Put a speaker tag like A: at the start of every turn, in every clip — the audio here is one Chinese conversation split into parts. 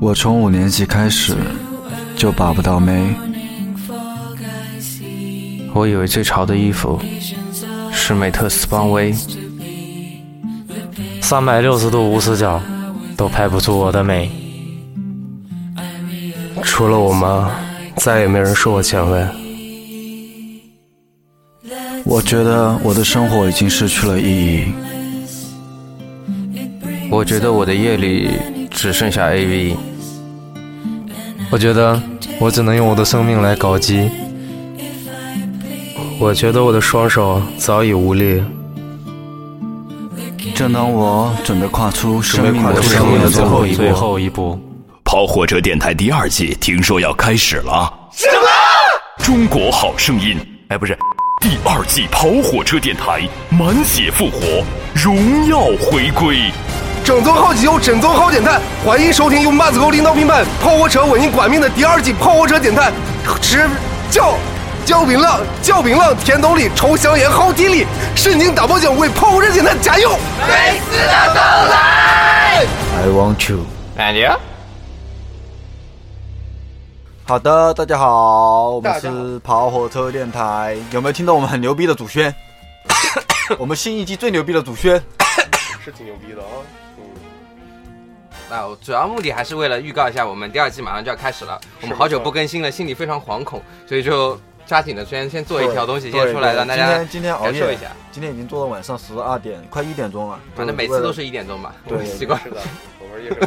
A: 我从五年级开始就把不到妹，
B: 我以为最潮的衣服是美特斯邦威，
C: 三百六十度无死角都拍不出我的美。除了我妈，再也没人说我前卫。
A: 我觉得我的生活已经失去了意义。
B: 我觉得我的夜里只剩下 A V，
C: 我觉得我只能用我的生命来搞基。我觉得我的双手早已无力。
A: 正当我准备跨出生命
C: 跨
A: 的
C: 出
A: 最
C: 生
A: 后
C: 命
A: 一
C: 的最
A: 步，
C: 后一步，最后一步。
D: 跑火车电台第二季听说要开始了。什么？中国好声音？哎，不是，第二季跑火车电台满血复活，荣耀回归。
E: 整宗好酒，整宗好减碳，欢迎收听由麦子沟领导品牌泡火车稳赢冠名的第二季泡火车减碳，吃叫叫槟榔，叫槟榔甜头里，抽香烟好体力，神经大爆浆为泡火车减 碳加油！
A: 好的，大家好，我们是跑火车电台。有没有听到我们很牛逼的主 宣？我们新一季最牛逼的主宣。
E: 是挺牛逼的啊、
F: 啊，主要目的还是为了预告一下，我们第二季马上就要开始了。我们好久不更新了，心里非常惶恐，所以就抓紧的先先做一条东西
A: 对
F: 先出来，
A: 对
F: 让大
A: 今
F: 家
A: 天今天熬
F: 感受
A: 夜
F: 一下，
A: 今天已经做到晚上十二点，快一点钟了。
F: 反正每次都是一点钟吧，
A: 对
F: 我 习惯。
E: 的，我玩夜生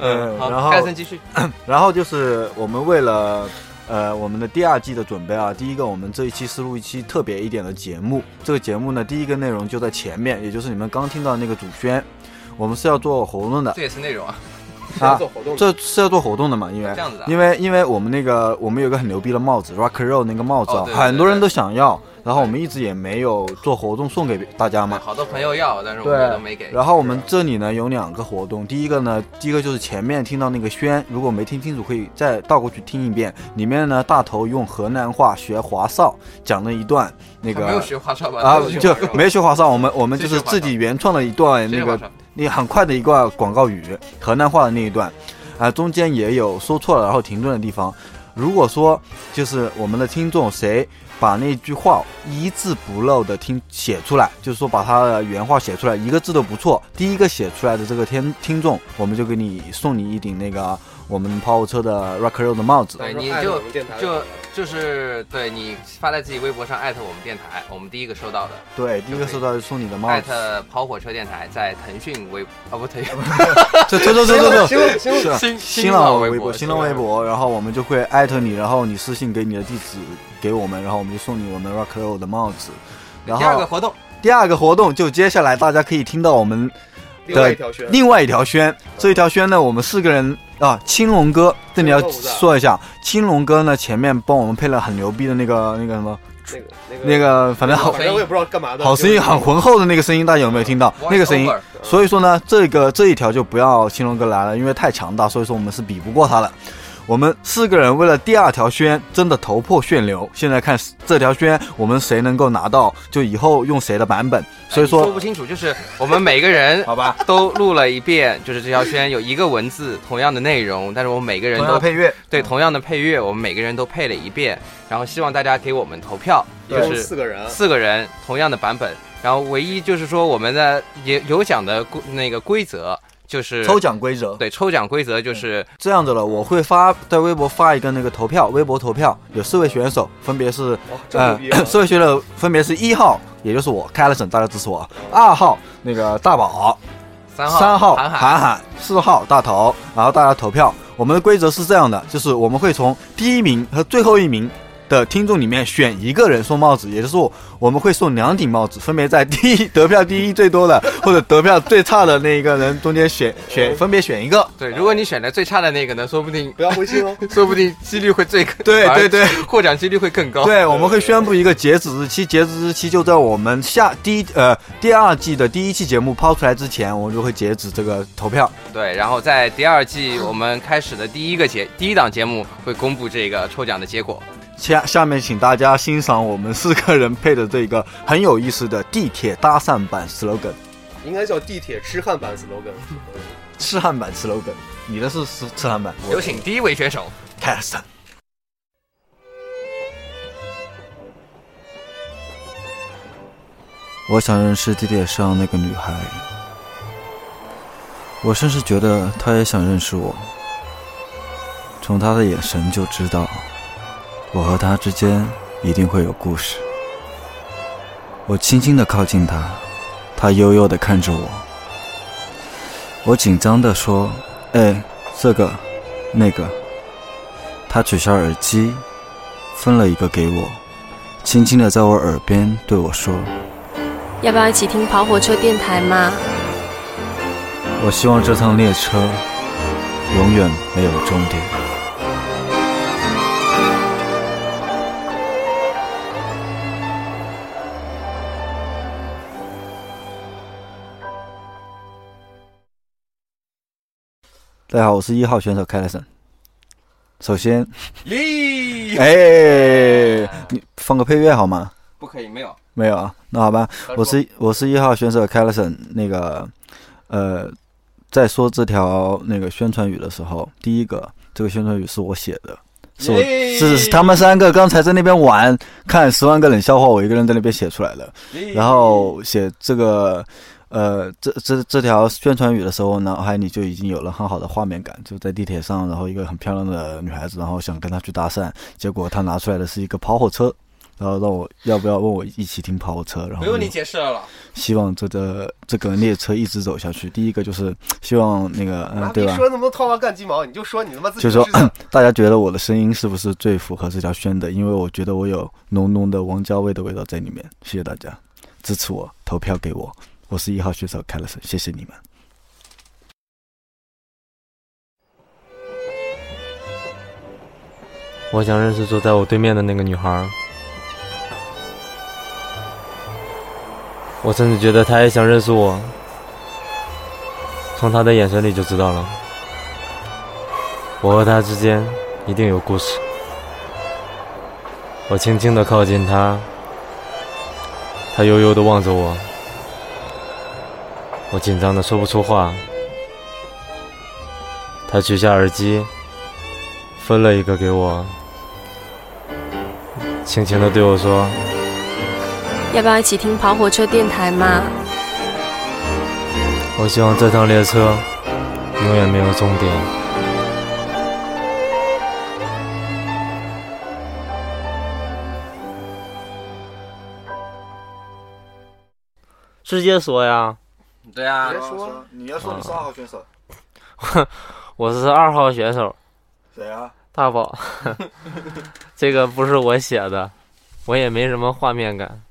A: 嗯，
F: 好
A: 然后
F: 盖森继续。
A: 然后就是我们为了呃我们的第二季的准备啊，第一个我们这一期是录一期特别一点的节目，这个节目呢第一个内容就在前面，也就是你们刚听到那个主宣，我们是要做活动的
F: 这也是内容啊，
A: 啊。
E: 活动
A: 这是要做活动的嘛？因为
F: 这样子的啊
A: 因为因为我们那个我们有个很牛逼的帽子，Rock Roll 那个帽子啊
F: 哦，对对对
A: 很多人都想要，然后我们一直也没有做活动送给大家嘛。
F: 好多朋友要，但是我们都没给
A: 对，。然后我们这里呢有两个活动，第一个呢，第一个就是前面听到那个宣，如果没听清楚，可以再倒过去听一遍。里面呢，大头用河南话学华少讲了一段那
F: 他没有
A: 个
F: 学华少吧？
A: 啊
F: 他是，学
A: 就
F: 华少
A: 没学华少，我们我们就
F: 谁
A: 是
F: 学华
A: 自己原创了一段
F: 谁
A: 那
F: 学华
A: 个
F: 少
A: 那很快的一段广告语，河南话的那一段，啊，中间也有说错了然后停顿的地方。如果说就是我们的听众谁把那句话一字不漏的听写出来，就是说把他的原话写出来，一个字都不错。第一个写出来的这个听听众，我们就给你送你一顶那个我们跑火车的 Rock Roll 的帽子。
F: 对，你就
A: 嗯
F: 就就是对你发在自己微博上艾特我们电台，我们第一个收到的。
A: 对，第一个收到就送你的帽
F: 艾
A: 子。
F: 特跑火车电台在腾讯微啊 不腾讯
A: 这这这这这。是啊
F: 新
A: 新浪
F: 浪
A: 微
F: 微
A: 博，
F: 博
A: 新浪微博，然后我们就会艾特你，然后你私信给你的地址给我们，然后我们就送你我们 Rock Roll 的帽子。然
F: 第二个
A: 后
F: 活动，
A: 第二个活动就接下来大家可以听到我们的另外一条宣，这一条宣呢，我们四个人啊，青龙哥这里要说一下，青龙哥呢前面帮我们配了很牛逼的那个那个什么那个，反正好
F: 反正我也
E: 不知道干嘛
A: 好声音很浑厚的那个声音，大家有没有听到那个声音？
F: 呃 Voice over
A: 所以说呢，这个这一条就不要青龙哥来了，因为太强大，所以说我们是比不过他的。我们四个人为了第二条宣真的头破血流，现在看这条宣我们谁能够拿到，就以后用谁的版本。所以
F: 哎你说
A: 说
F: 不清楚，就是我们每个 人
A: 好吧，
F: 都录了一遍，就是这条宣有一个文字，同样的内容，但是我们每个人
A: 同样的
F: 都
A: 配嗯乐，
F: 对同样的配乐，我们每个人都配了一遍，然后希望大家给我们投票，就是
E: 个人
F: 四个人同样的版本，然后唯一就是说我们的也有奖的规那个规则就是
A: 抽，奖嗯规则。
F: 对抽奖规则就是
A: 这样子了，我会发在微博发一个那个投票，微博投票有四位选手，分别是
F: 哦
E: 这么
A: 呃
E: 牛逼啊，
A: 四位选手分别是一号，也就是我开了省，大家支持我；二号那个大宝，
F: 三号
A: 三号
F: 韩寒
A: 涵涵，四号大头，然后大家投票。我们的规则是这样的，就是我们会从第一名和最后一名的听众里面选一个人送帽子，也就是我我们会送两顶帽子，分别在第一得票第一最多的或者得票最差的那一个人中间选选分别选一个。
F: 对，如果你选的最差的那个呢，说不定
E: 不要灰心哦。
F: 说不定几率会最高，
A: 对
F: 反而
A: 对对
F: 获奖几率会更高。
A: 对，我们会宣布一个截止日期，截止日期就在我们下第一呃第二季的第一期节目抛出来之前，我们就会截止这个投票。
F: 对，然后在第二季我们开始的第一个节第一档节目会公布这个抽奖的结果。
A: 下下面请大家欣赏我们四个人配的这个很有意思的地铁搭讪版 slogan。
E: 应该叫地铁痴汉版 slogan。
A: 痴汉版 slogan，你的是痴痴汉版，我
F: 有请第一位选手，
A: 泰勒森。我想认识地铁上那个女孩，我甚至觉得她也想认识我。从她的眼神就知道，我和她之间一定会有故事。我轻轻地靠近她，她悠悠地看着我。我紧张地说：“哎，这个，那个。”她取下耳机，分了一个给我，轻轻地在我耳边对我说。
G: 要不要一起听跑火车电台嘛？
A: 我希望这趟列车永远没有终点。大家好，我是一号选手凯莱森。首先，
F: 立
A: 哎，你放个配乐好吗？
F: 不可以没有，
A: 没有啊，那好吧，我是我是一号选手 c a l l i s o n 那个，呃，在说这条那个宣传语的时候，第一个这个宣传语是我写的，是我是是他们三个刚才在那边玩看十万个冷笑话，我一个人在那边写出来的。然后写这个呃这这这条宣传语的时候，脑海里就已经有了很好的画面感，就在地铁上，然后一个很漂亮的女孩子，然后想跟她去搭讪，结果她拿出来的是一个跑火车。然后让我要不要问我一起听跑火车，然后
F: 不用
A: 就
F: 你解释了了，
A: 希望这个这个列车一直走下去。第一个就是希望那个，嗯、
E: 妈逼
A: 对吧？
E: 说那么多套话干鸡毛，你就说你他妈自己
A: 就说
E: 知道
A: 大家觉得我的声音是不是最符合这条宣的？因为我觉得我有浓浓的王家卫的味道在里面。谢谢大家支持我，投票给我，我是一号选手凯勒森，谢谢你们。
C: 我想认识坐在我对面的那个女孩儿，我甚至觉得她也想认识我，从她的眼神里就知道了，我和她之间一定有故事。我轻轻地靠近她，她悠悠地望着我，我紧张得说不出话。她取下耳机，分了一个给我，轻轻地对我说。
G: 要不要一起听跑火车电台嘛？
C: 我希望这趟列车永远没有终点。直接说呀，
F: 对啊，
A: 说，你要说你是二号选手，
C: 我是二号选手
A: 谁啊？
C: 大宝，这个不是我写的，我也没什么画面感，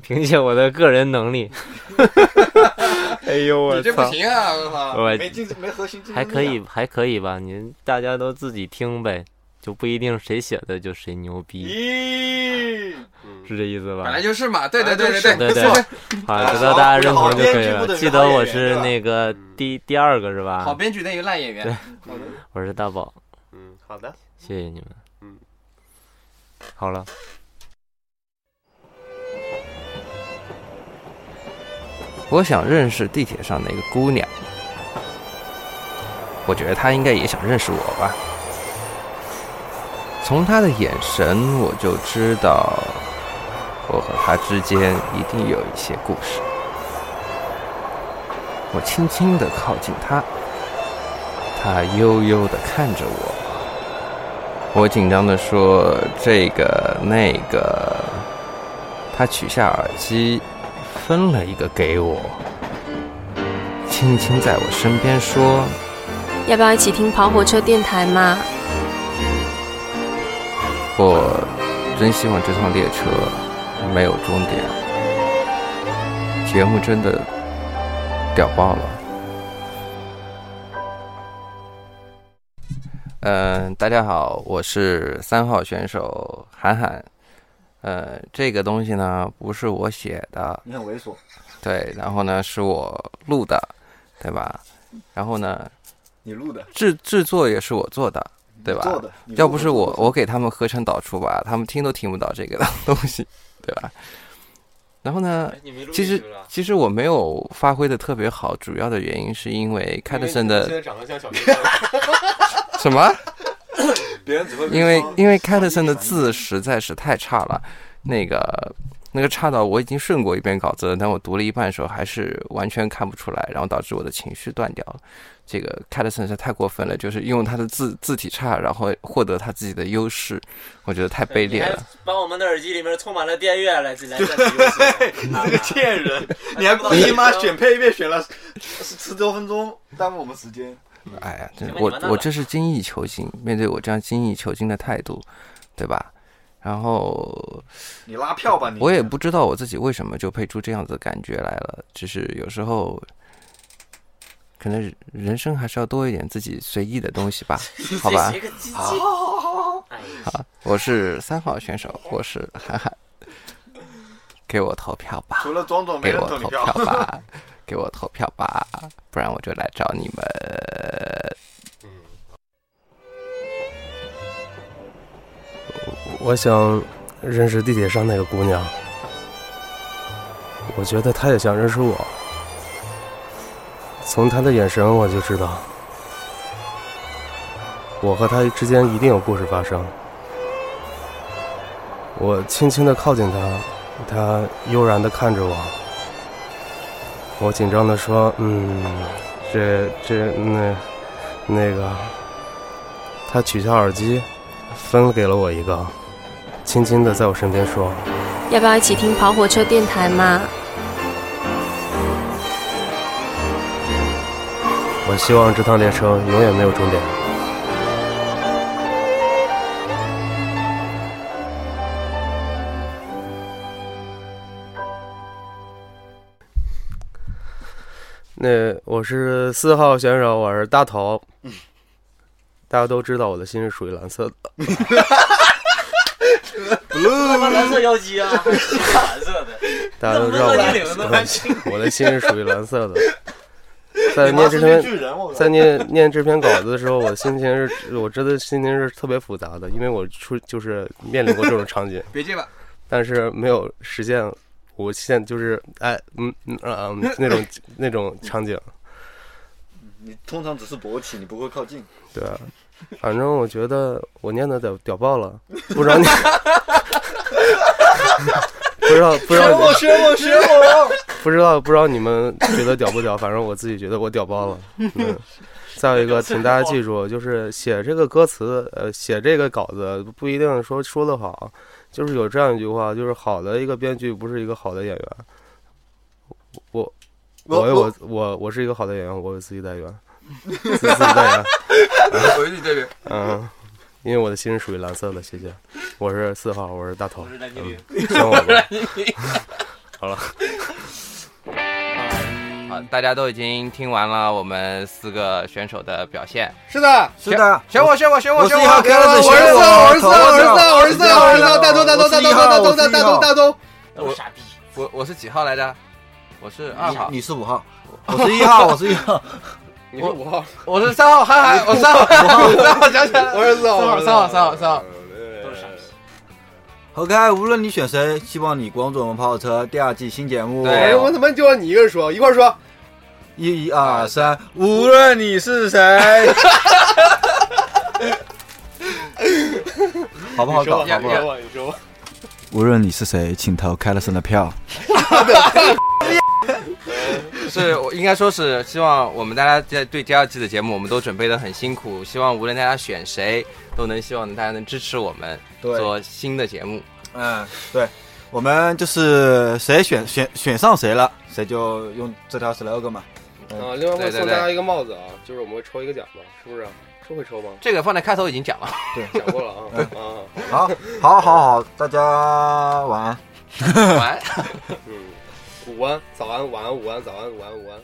C: 凭借我的个人能力。哎呦我
F: 你这不
C: 操！
F: 行啊，我操！
C: 我
A: 竞没核心竞
C: 还可以，还可以吧，您大家都自己听呗，就不一定谁写的就谁牛逼，
F: 咦，
C: 是这意思吧
F: 本？来就是嘛，对对对对对
C: 对对，好，得到大家认同就可以了。记得我是那个第第二个是
F: 好
C: 吧？
F: 编剧等于烂演员，
C: 我是大宝，
E: 嗯，好的，
C: 谢谢你们。
E: 嗯，
C: 好了，
F: 我想认识地铁上的一个姑娘，我觉得她应该也想认识我吧。从她的眼神，我就知道我和她之间一定有一些故事。我轻轻地靠近她，她悠悠地看着我。我紧张地说：“这个那个。”她取下耳机，分了一个给我，轻轻在我身边说
G: 要不要一起听跑火车电台嘛？：“
F: 我真希望这趟列车没有终点。”节目真的屌爆了。嗯、大家好，我是三号选手涵涵。呃，这个东西呢不是我写的，
A: 你很猥琐。
F: 对，然后呢是我录的，对吧？然后呢
A: 你录的，
F: 制制作也是我做的，对吧？
A: 做的，
F: 要不是我我给他们合成导出吧，他们听都听不到这个东西，对吧？然后呢，其实其实我没有发挥的特别好，主要的原因是因为凯特森的
H: 现在长得像小 学生，
F: 什么？
H: 别人只会
F: 因为因为凯特森的字实在是太差了，那个那个差到我已经顺过一遍稿子了，但我读了一半的时候还是完全看不出来，然后导致我的情绪断掉了。这个凯特森是太过分了，就是用他的字字体差，然后获得他自己的优势，我觉得太卑
I: 你
F: 劣
I: 还
F: 了。
I: 把我们的耳机里面充满了电乐来来这次游戏啊
A: 骗人！你还故意妈选配乐选了十十多分钟，耽误我们时间。
F: 哎呀，这
I: 行吧
F: 我
I: 你完蛋
F: 我
I: 了
F: 这是精益求精，面对我这样精益求精的态度，对吧？然后
I: 嗯
A: 你拉票吧你！
F: 我也不知道我自己为什么就配出这样子的感觉来了，只是有时候，可能人人生还是要多一点自己随意的东 西吧，好吧
I: 这？是一个机器。 哎呀
F: 我是三号选手，我是涵涵，给我投票吧，
A: 除了庄总没
F: 给
A: 人
F: 我
A: 投你
F: 投
A: 票
F: 票。吧， 给我投票吧，不然我就来找你们。
H: 我想认识地铁上那个姑娘，我觉得她也想认识我。从她的眼神我就知道，我和她之间一定有故事发生。我轻轻的靠近她，她悠然的看着我。我紧张的说：“嗯，这这那那个。”她取下耳机，分给了我一个，轻轻的在我身边说
G: 要不要一起听跑火车电台嘛？：“
H: 我希望这趟列车永远没有终点。”那我是四号选手，我是大头。大家都知道我的心是属于蓝色的。
I: 他妈蓝色妖姬啊，蓝色的，
H: 大家都知道我
I: 那不是那
H: 的心，我的心是属于蓝色的。在念这篇， 在念念这篇稿子的时候，我的心情是，我真的心情是特别复杂的，因为我出就是面临过这种场景，
E: 别介吧，
H: 但是没有实现我现在就是哎嗯嗯啊嗯那种那种场景。
A: 你通常只是勃起，你不会靠近。
H: 对，啊反正我觉得我念的屌屌爆了，不知道你， 不知道 不知道你
A: 学我学我！
H: 不知道不知道你们觉得屌不屌，反正我自己觉得我屌爆了。嗯，再有一个，请大家记住，就是写这个歌词，呃，写这个稿子不一定说说得好，就是有这样一句话，就是好的一个编剧不是一个好的演员。我我
E: 我
H: 我我我是一个好的演员，我有自己代 言，自自己代言，
E: 我你这边，
H: 嗯。因为我的心是属于蓝色的，谢谢。我是四号，我是大头嗯
I: 不，是蓝精灵。
H: 选我吧。
F: 好，大家都已经听完了我们四个选手的表现，
E: 是的，
A: 是的，
F: 选我，选我，选我，
A: 我是
F: 选
A: 一号
F: 我！
A: 开了的
E: 我
A: 选
E: 儿子，我儿子，
A: 投
E: 我儿子，
A: 票
E: 我儿子，我儿子，大头，大头，大头，大头，大头，大头，大头，
I: 都是傻逼，
F: 我我是几号来着？我是二号，
A: 你是五号，我是一号，我是一号。
E: 你是五号，
F: 我是三号，涵涵，我三号， 三号，想起来了，
E: 我儿子，啊我儿子，
F: 三号，三号，三号。
I: 都是傻逼。
A: OK，无论你选谁，希望你光准我们跑火车第二季新节目。
E: 哎，我怎么就让你一个人说，一块儿说，
A: 一一二三，无论你是谁， 好不好搞？好不好？
E: 我，你
H: 嗯
E: 说我，
A: 无论你是谁，请投凯勒森的票。
F: 是我应该说是希望我们大家在对第二季的节目，我们都准备的很辛苦，希望无论大家选谁，都能希望大家能支持我们
A: 对
F: 做新的节目。
A: 嗯，对，我们就是谁选选选上谁了，谁就用这条 slogan 嘛。
H: 啊，另外
F: 对
H: 会
F: 对
H: 送大家
F: 对
H: 一个帽子啊，就是我们会抽一个奖嘛，是啊不是？这会抽吗？
F: 这个放在开头已经讲 了，
H: 讲过了啊啊，
A: 好，好，好，好，大家晚安。
F: 完。
H: 嗯，午安，早安，晚安，午安，早安，午安，午安。